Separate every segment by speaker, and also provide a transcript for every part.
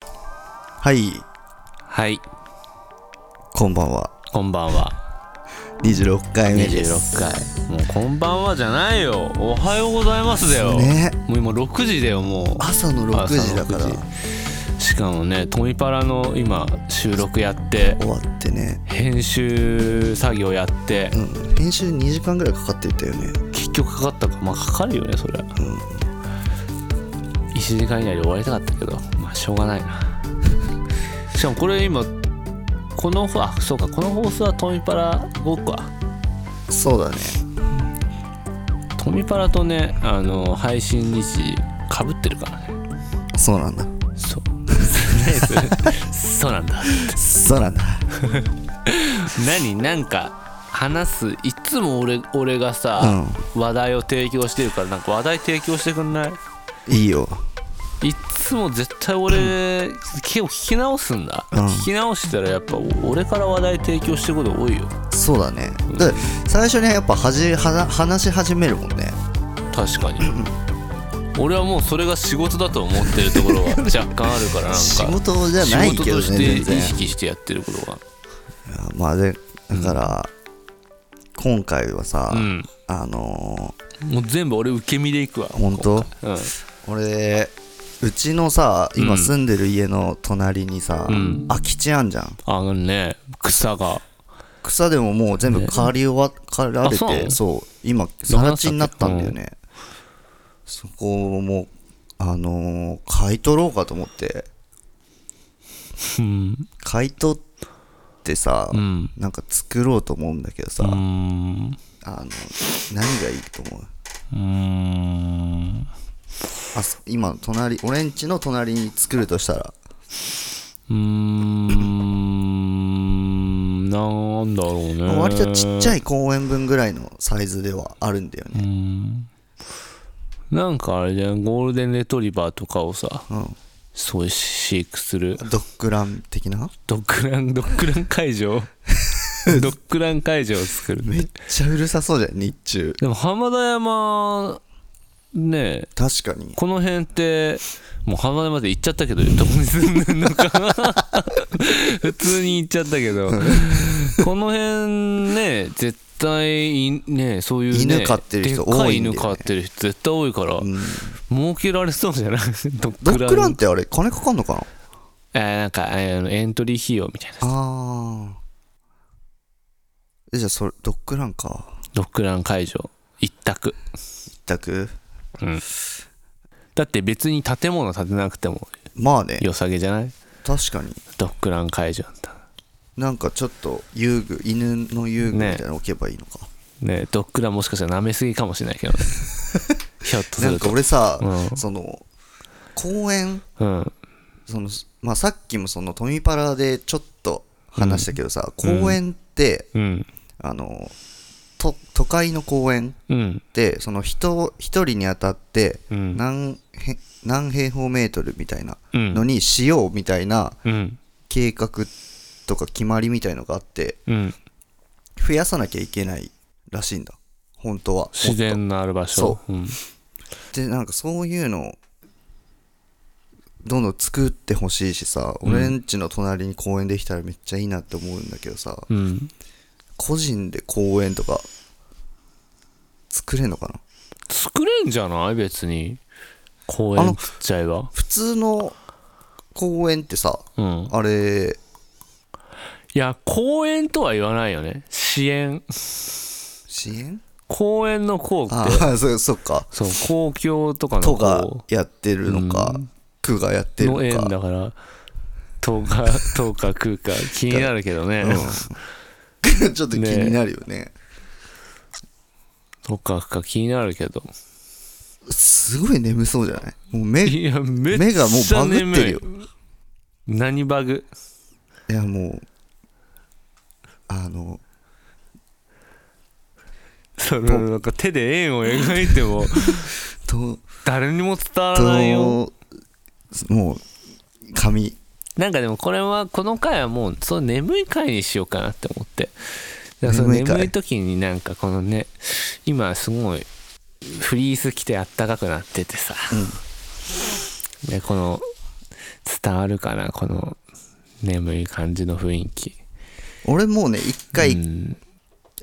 Speaker 1: はい、
Speaker 2: はい、
Speaker 1: こんばんは。
Speaker 2: こんばんは。
Speaker 1: 26回目です。
Speaker 2: 26回。もうこんばんはじゃないよ。おはようございますだよ。
Speaker 1: ね
Speaker 2: もう今6時だよ、もう。
Speaker 1: 朝の6時だから
Speaker 2: 朝の6時しかもね、トミパラの今、収録やって、
Speaker 1: 終わってね、
Speaker 2: 編集作業やって、
Speaker 1: うん、編集2時間ぐらいかかってたよね。
Speaker 2: 結局かかったか、まあかかるよね、それは。1時間以内で終わりたかったけど、まあしょうがないな。しかもこれ今、この、あ、そうか、この放送はトミパラごっこか。
Speaker 1: そうだね。
Speaker 2: トミパラとねあの配信日時かぶってるからね
Speaker 1: そうなんだ。
Speaker 2: そうそうなんだ
Speaker 1: そうなんだ。
Speaker 2: 何なんか話すいつも俺俺がさ、話題を提供してるからなんか話題提供してくんない
Speaker 1: いいよ。
Speaker 2: いつも絶対俺結構聞き直すんだ、
Speaker 1: うん
Speaker 2: 聞き直したらやっぱ俺から話題提供してること多いよ
Speaker 1: そうだね。だから最初にやっぱはじはな話し始めるもんね。
Speaker 2: 確かに俺はもうそれが仕事だと思ってるところが若干ある からなんか
Speaker 1: 仕事じゃないけどね
Speaker 2: 仕事として
Speaker 1: 全然
Speaker 2: 意識してやってることが
Speaker 1: まあで、だから、今回はさ、
Speaker 2: うん
Speaker 1: あの
Speaker 2: もう全部俺受け身でいくわ
Speaker 1: ー、本当
Speaker 2: うん
Speaker 1: 俺、うちのさ、今住んでる家の隣にさ、
Speaker 2: うん
Speaker 1: 空き地あんじゃん。
Speaker 2: あのね草が
Speaker 1: 草でももう全部刈り終わ、刈られ
Speaker 2: あ
Speaker 1: て、そう今、
Speaker 2: な
Speaker 1: 更地になったんだよね。そこをもう、あのー買い取ろうかと思って、
Speaker 2: うん
Speaker 1: 買い取ってさ、
Speaker 2: うん
Speaker 1: なんか作ろうと思うんだけどさ、
Speaker 2: うーん
Speaker 1: あの、何がいいと思う
Speaker 2: うーん
Speaker 1: あそ今、隣、俺んちの隣に作るとしたら、
Speaker 2: うーんなんだろうね
Speaker 1: 割とちっち
Speaker 2: い
Speaker 1: ゃい公園分ぐらいのサイズではあるんだよね。
Speaker 2: なんかあれじゃんゴールデンレトリバーとかをさ
Speaker 1: うん。
Speaker 2: そういう飼育する
Speaker 1: ドッグラン的な
Speaker 2: ドッグランド ッグラン会 場ドッグラン会場を作る
Speaker 1: めっちゃうるさそうじゃん、日中。
Speaker 2: でも浜田山ねえ
Speaker 1: 確かに。
Speaker 2: この辺ってもう浜田まで行っちゃったけどどこに住んでんの か普通に行っちゃったけどこの辺ね絶対いねそういう、ね、
Speaker 1: 犬飼ってる人多いんだよね
Speaker 2: でっかい犬飼ってる人絶対多いから、
Speaker 1: うん
Speaker 2: 儲けられそうじゃない ド
Speaker 1: ド
Speaker 2: ッ
Speaker 1: ッ
Speaker 2: グラン
Speaker 1: グランってあれ金かかんのかな
Speaker 2: えーなんか、えーあのエントリー費用みたいな
Speaker 1: ああえじゃあそれドッグランか
Speaker 2: ドッグラン会場一択
Speaker 1: 一択
Speaker 2: だって別に建物建てなくても
Speaker 1: まあね
Speaker 2: 良さげじゃない
Speaker 1: 確かに
Speaker 2: ドッグラン会場だったら
Speaker 1: なんかちょっと遊具犬の遊具みたいなの置けばいいのか、
Speaker 2: ねドッグランもしかしたら舐めすぎかもしれない けどねひょっとす
Speaker 1: な
Speaker 2: る
Speaker 1: んか
Speaker 2: と
Speaker 1: 俺さ、
Speaker 2: うん
Speaker 1: その公園
Speaker 2: うん
Speaker 1: その、まあ、さっきもそのトミパラでちょっと話したけどさ、公園って、
Speaker 2: うん
Speaker 1: あのと都会の公園
Speaker 2: うん
Speaker 1: ってその人一人に当たって
Speaker 2: うん
Speaker 1: 何,、何平方メートルみたいな
Speaker 2: うん
Speaker 1: のにしようみたいな、
Speaker 2: うん
Speaker 1: 計画とか決まりみたいのがあって
Speaker 2: うん
Speaker 1: 増やさなきゃいけないらしいんだ本当は
Speaker 2: 自然のある場所う、ん、
Speaker 1: でなんかそういうのをどんどん作ってほしいしさ
Speaker 2: うん
Speaker 1: 俺んちの隣に公園できたらめっちゃいいなって思うんだけどさ、
Speaker 2: うん、
Speaker 1: 個人で公園とか作れんのかな
Speaker 2: 作れんじゃない別に公園食っちゃえば
Speaker 1: 普通の公園ってさ
Speaker 2: うん
Speaker 1: あれ
Speaker 2: いや公園とは言わないよね支援
Speaker 1: 支援
Speaker 2: 公園の公って
Speaker 1: ああ そそっか
Speaker 2: そう公共とかの
Speaker 1: 都が
Speaker 2: 公
Speaker 1: やってるのか、区がやってるの
Speaker 2: の
Speaker 1: か
Speaker 2: 縁だから10日10日食うか気になるけどね、
Speaker 1: うん ちょっと気
Speaker 2: ね
Speaker 1: になるよね
Speaker 2: 10日か気になるけど
Speaker 1: すごい眠そうじゃないもう目い
Speaker 2: いやめっちゃ
Speaker 1: 目がもうバグってるよ
Speaker 2: 眠い何バグ
Speaker 1: やもうあの
Speaker 2: そのなんか手で円を描いて も
Speaker 1: と
Speaker 2: 誰にも伝わらないよ
Speaker 1: ともう髪
Speaker 2: なんかでもこれはこの回はもうその眠い回にしようかなって思ってだからその
Speaker 1: 眠い回
Speaker 2: 眠い時になんかこのね今すごいフリース着てあったかくなっててさ、でこの伝わるかなこの眠い感じの雰囲気
Speaker 1: 俺もうね一回、
Speaker 2: うん、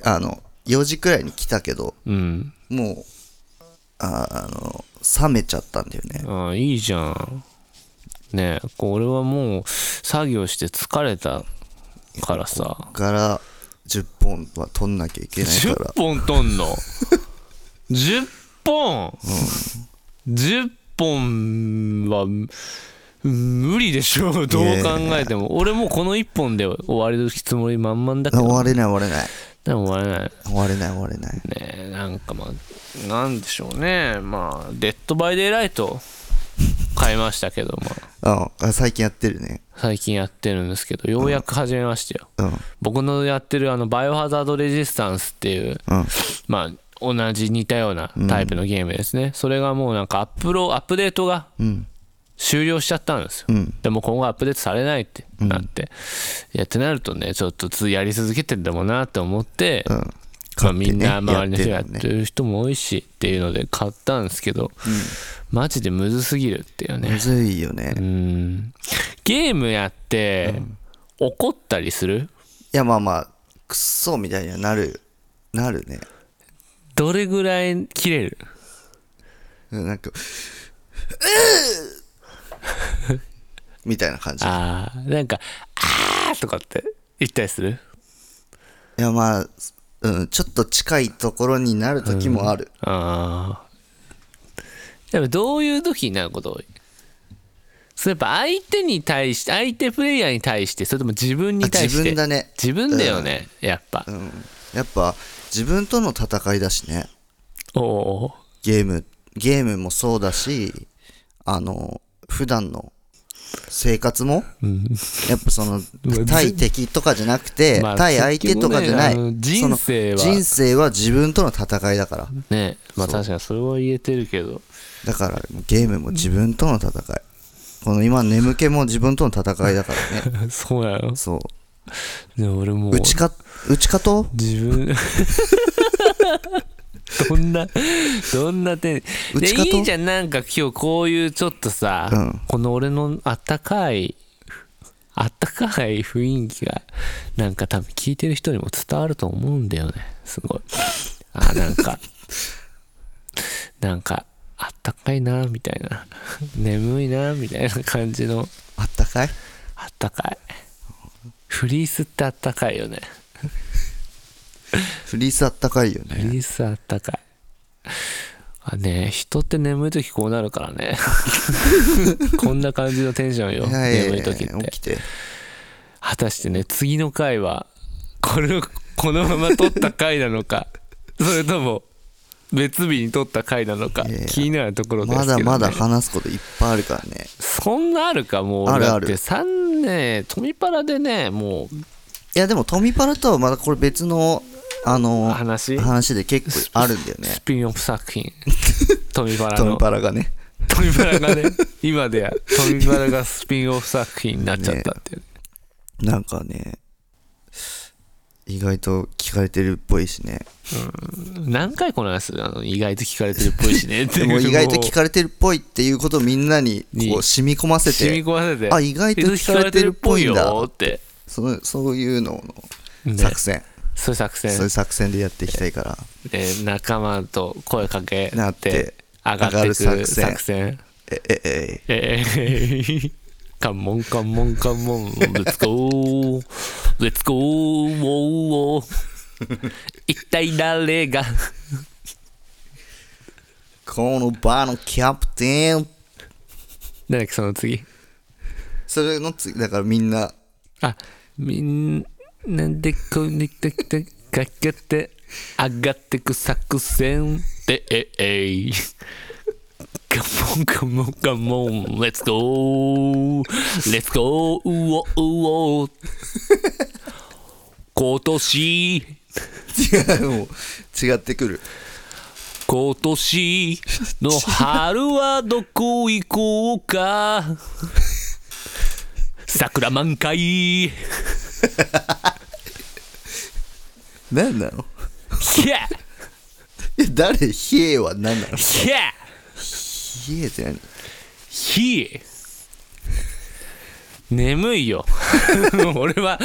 Speaker 1: あの4時くらいに来たけど
Speaker 2: うん、
Speaker 1: もうああの冷めちゃったんだよね
Speaker 2: ああいいじゃんねえこう俺はもう作業して疲れたからさ
Speaker 1: から10本は取んなきゃいけないから
Speaker 2: 10本とんの10本、10本は無理でしょうどう
Speaker 1: いやい
Speaker 2: 考
Speaker 1: やい
Speaker 2: えても俺もうこの1本で終わりのつもり満々だけ
Speaker 1: 終
Speaker 2: ど
Speaker 1: われない終われない
Speaker 2: でも終われない
Speaker 1: 終われない終われない
Speaker 2: ねなんかまあなんでしょうねまあデッドバイデイライト買いましたけどまあ
Speaker 1: うんあ最近やってるね
Speaker 2: 最近やってるんですけどようやく始めましたよ、
Speaker 1: うん
Speaker 2: 僕のやってるあのバイオハザードレジスタンスっていう
Speaker 1: うん
Speaker 2: まあ同じ似たようなタイプのゲームですね、それがもうなんかアップロアップデートが
Speaker 1: うん
Speaker 2: 終了しちゃったんですよ、
Speaker 1: うん
Speaker 2: でも今後アップデートされないってなって、いやってなるとねちょっとつやり続けてんだもんなって思って、
Speaker 1: うん
Speaker 2: まあ、みんな
Speaker 1: 買っ
Speaker 2: 周りの
Speaker 1: て
Speaker 2: 人
Speaker 1: ね
Speaker 2: やってる人も多いしっていうので買ったんですけど、マジでむずすぎるっていう
Speaker 1: む
Speaker 2: ね
Speaker 1: ずいよね
Speaker 2: うんゲームやって、怒ったりする
Speaker 1: いやまあまあクソみたいにはなるなるね
Speaker 2: どれぐらい切れる
Speaker 1: うんなんか「みたいな感じい
Speaker 2: あーなんか「あー」とかって言ったりする
Speaker 1: やまあ、うん、ちょっと近いところになる時もある、
Speaker 2: ああでもどういう時になること多いそれやっぱ相手に対して相手プレイヤーに対してそれとも自分に
Speaker 1: あ
Speaker 2: 対して
Speaker 1: 自分だね
Speaker 2: 自分だよね、やっぱ、
Speaker 1: うん、やっぱ自分との戦いだしね
Speaker 2: おお
Speaker 1: ゲームゲームもそうだしあの普段の生活も、やっぱその
Speaker 2: うわ
Speaker 1: 対敵とかじゃなくて、
Speaker 2: まあ
Speaker 1: 対相手とかじゃない、
Speaker 2: 結局ねあの人生は
Speaker 1: その人生は自分との戦いだから
Speaker 2: ねまあ確かにそれは言えてるけど
Speaker 1: だからゲームも自分との戦いこの今眠気も自分との戦いだから ね
Speaker 2: そうや ろ
Speaker 1: そう
Speaker 2: でも俺もう
Speaker 1: 打ちか打ち方を
Speaker 2: 自分 どんなどんな手
Speaker 1: 打
Speaker 2: で
Speaker 1: ち方
Speaker 2: いいじゃんなんか今日こういうちょっとさ、
Speaker 1: うん
Speaker 2: この俺のあったかいあったかい雰囲気がなんか多分聞いてる人にも伝わると思うんだよねすごいあなんか なんかあったかいなみたいな眠いなみたいな感じの
Speaker 1: あったかい
Speaker 2: あったかいフリースってあったかいよね
Speaker 1: フリースあったかいよね
Speaker 2: フリースあったかい。あね、人って眠い時こうなるから ね。こんな感じのテンションよ。
Speaker 1: やや
Speaker 2: 眠い
Speaker 1: や
Speaker 2: 時って
Speaker 1: 起き。て
Speaker 2: 果たしてね、次の回は、これを、このまま撮った回なのか、それとも、別日に撮った回なのか
Speaker 1: いやいや、
Speaker 2: 気になるところですけ
Speaker 1: ま
Speaker 2: ど、ね。
Speaker 1: だまだ話すこといっぱいあるからね
Speaker 2: そんなあるか、もう。
Speaker 1: あるある
Speaker 2: だって三ね、トミパラでね、も
Speaker 1: いやでもトミパラとはまだこれ別のあ
Speaker 2: う、
Speaker 1: の
Speaker 2: 話、
Speaker 1: 話で結構あるんだよ ね
Speaker 2: スピンオフ作 品。トミパラ
Speaker 1: ト
Speaker 2: の
Speaker 1: ミ。パラがね
Speaker 2: トミバラが ね今ではトミバラがスピンオフ作品になっちゃったっていう、
Speaker 1: なんかね意外と聞かれてるっぽいしね
Speaker 2: 何回この話するあの意外と聞かれてるっぽいし ねって
Speaker 1: で
Speaker 2: いう
Speaker 1: も意外と聞
Speaker 2: か
Speaker 1: かれてるっぽいっていうことをみんなに
Speaker 2: に
Speaker 1: こう染み込ませ
Speaker 2: 染
Speaker 1: て
Speaker 2: み込ませて
Speaker 1: あ意外と聞かれてるっぽいんだ
Speaker 2: 意外と聞かれてるっ
Speaker 1: そのそういうの
Speaker 2: ぽいよ
Speaker 1: の
Speaker 2: って、ね、
Speaker 1: 作戦、
Speaker 2: そういう作
Speaker 1: そうい
Speaker 2: 戦
Speaker 1: う作戦でやっていきたいから
Speaker 2: で仲間と声かけ
Speaker 1: なって
Speaker 2: 上がってくる
Speaker 1: 上がる
Speaker 2: 作戦
Speaker 1: 作戦えええ
Speaker 2: えーカンモンカンモンカンモン Let's go Let's go おーお ー一体誰が
Speaker 1: このバーのキャプテン
Speaker 2: 何だっけその次
Speaker 1: それの次だからみんな
Speaker 2: あ、みんなでこにててかけて上がってく作戦でええい。カモンカモンカモン、レッツゴー、レッツゴー、うおうお。今年、
Speaker 1: 違うもう違ってくる
Speaker 2: 今年の春はどこ行こうか。桜満開。
Speaker 1: 何なの
Speaker 2: ひゃ
Speaker 1: いや誰冷えは何なの
Speaker 2: ひゃ
Speaker 1: 冷えって何
Speaker 2: ひえ眠いよ 俺は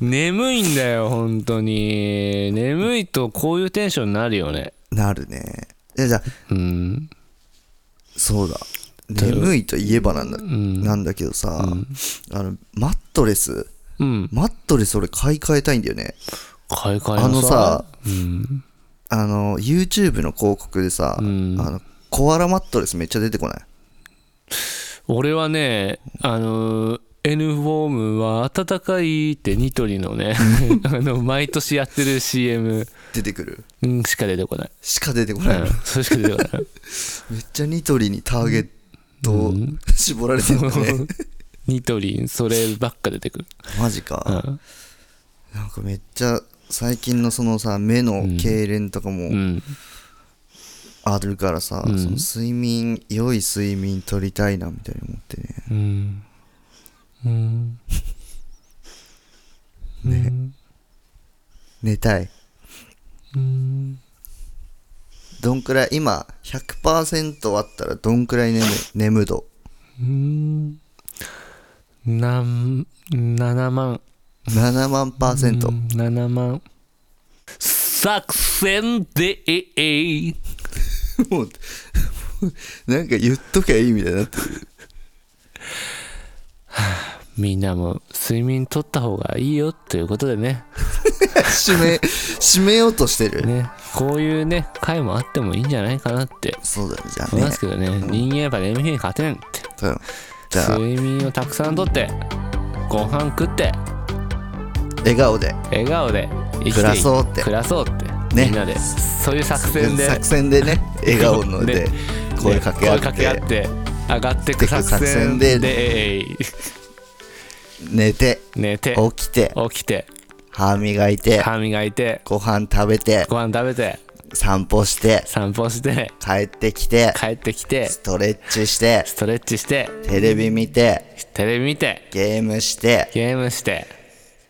Speaker 2: 眠いんだよ本当に眠いとこういうテンションになるよね
Speaker 1: なるねえじゃあ
Speaker 2: うん
Speaker 1: そうだ眠いといえばなんだ,、
Speaker 2: ん
Speaker 1: なんだけどさ、あのマットレス
Speaker 2: うん
Speaker 1: マットレス俺買い替えたいんだよね
Speaker 2: 買い替えな
Speaker 1: あのさ
Speaker 2: うん
Speaker 1: あの YouTube の広告でさ、
Speaker 2: うん
Speaker 1: あのコアラマットレスめっちゃ出てこない
Speaker 2: 俺はねあのー N フォームは暖かいってニトリのね あの毎年やってる CM
Speaker 1: 出てくる
Speaker 2: うんしか出てこない、
Speaker 1: しか出てこ
Speaker 2: う
Speaker 1: ない、
Speaker 2: ん、それしか出てこない
Speaker 1: めっちゃニトリにターゲットを絞られてるんだ ね
Speaker 2: ニトリそればっか出てくる、
Speaker 1: マジ
Speaker 2: う
Speaker 1: か、
Speaker 2: ん
Speaker 1: なんかめっちゃ最近のそのさ目の痙攣とか
Speaker 2: う
Speaker 1: も
Speaker 2: ん、
Speaker 1: あるからさ、
Speaker 2: うん
Speaker 1: その睡眠良い睡眠取りたいなみたいに思ってね
Speaker 2: うんうん
Speaker 1: ね寝たい
Speaker 2: うん
Speaker 1: どんくらい今100%あったらどんくらい眠い眠度
Speaker 2: うんなん7万
Speaker 1: 7万パーセント
Speaker 2: うん7万作戦で
Speaker 1: もうなんか言っときゃいいみたいになっ てる
Speaker 2: みんなも睡眠取った方がいいよということでね
Speaker 1: 締め締めようとしてる、
Speaker 2: ねこういうね回もあってもいいんじゃないかなって
Speaker 1: そうだねじゃあ
Speaker 2: 思いま
Speaker 1: ね
Speaker 2: すけどね人間やっぱ眠い日に勝てんって
Speaker 1: うんじゃあ
Speaker 2: 睡眠をたくさんとってご飯食って
Speaker 1: 笑顔で
Speaker 2: 笑顔で生きてい
Speaker 1: 暮らそうって
Speaker 2: 暮らそうって、
Speaker 1: ね
Speaker 2: みんなでそういう作戦で
Speaker 1: 作戦でね笑顔ので
Speaker 2: ね
Speaker 1: 声かけ合って
Speaker 2: 声かけ合って上がってく作戦
Speaker 1: 作戦で
Speaker 2: でえい
Speaker 1: 寝て
Speaker 2: 寝て
Speaker 1: 起きて
Speaker 2: 起きて
Speaker 1: 歯磨いて
Speaker 2: 歯磨いて
Speaker 1: ご飯食べて
Speaker 2: ご飯食べて
Speaker 1: 散歩して
Speaker 2: 散歩して
Speaker 1: 帰ってきて
Speaker 2: 帰ってきて
Speaker 1: ストレッチして
Speaker 2: ストレッチして
Speaker 1: テレビ見て
Speaker 2: テレビ見て
Speaker 1: ゲームして
Speaker 2: ゲームして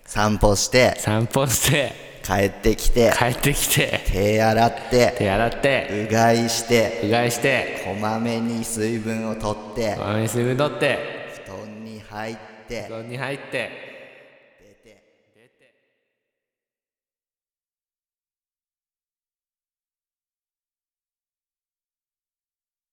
Speaker 1: 散歩して
Speaker 2: 散歩して
Speaker 1: 帰ってきて
Speaker 2: 帰ってきて
Speaker 1: 手洗って
Speaker 2: 手洗って
Speaker 1: うがいして
Speaker 2: うがいして
Speaker 1: こまめに水分をとって
Speaker 2: お水分取って
Speaker 1: 布団に入って
Speaker 2: 布団に入って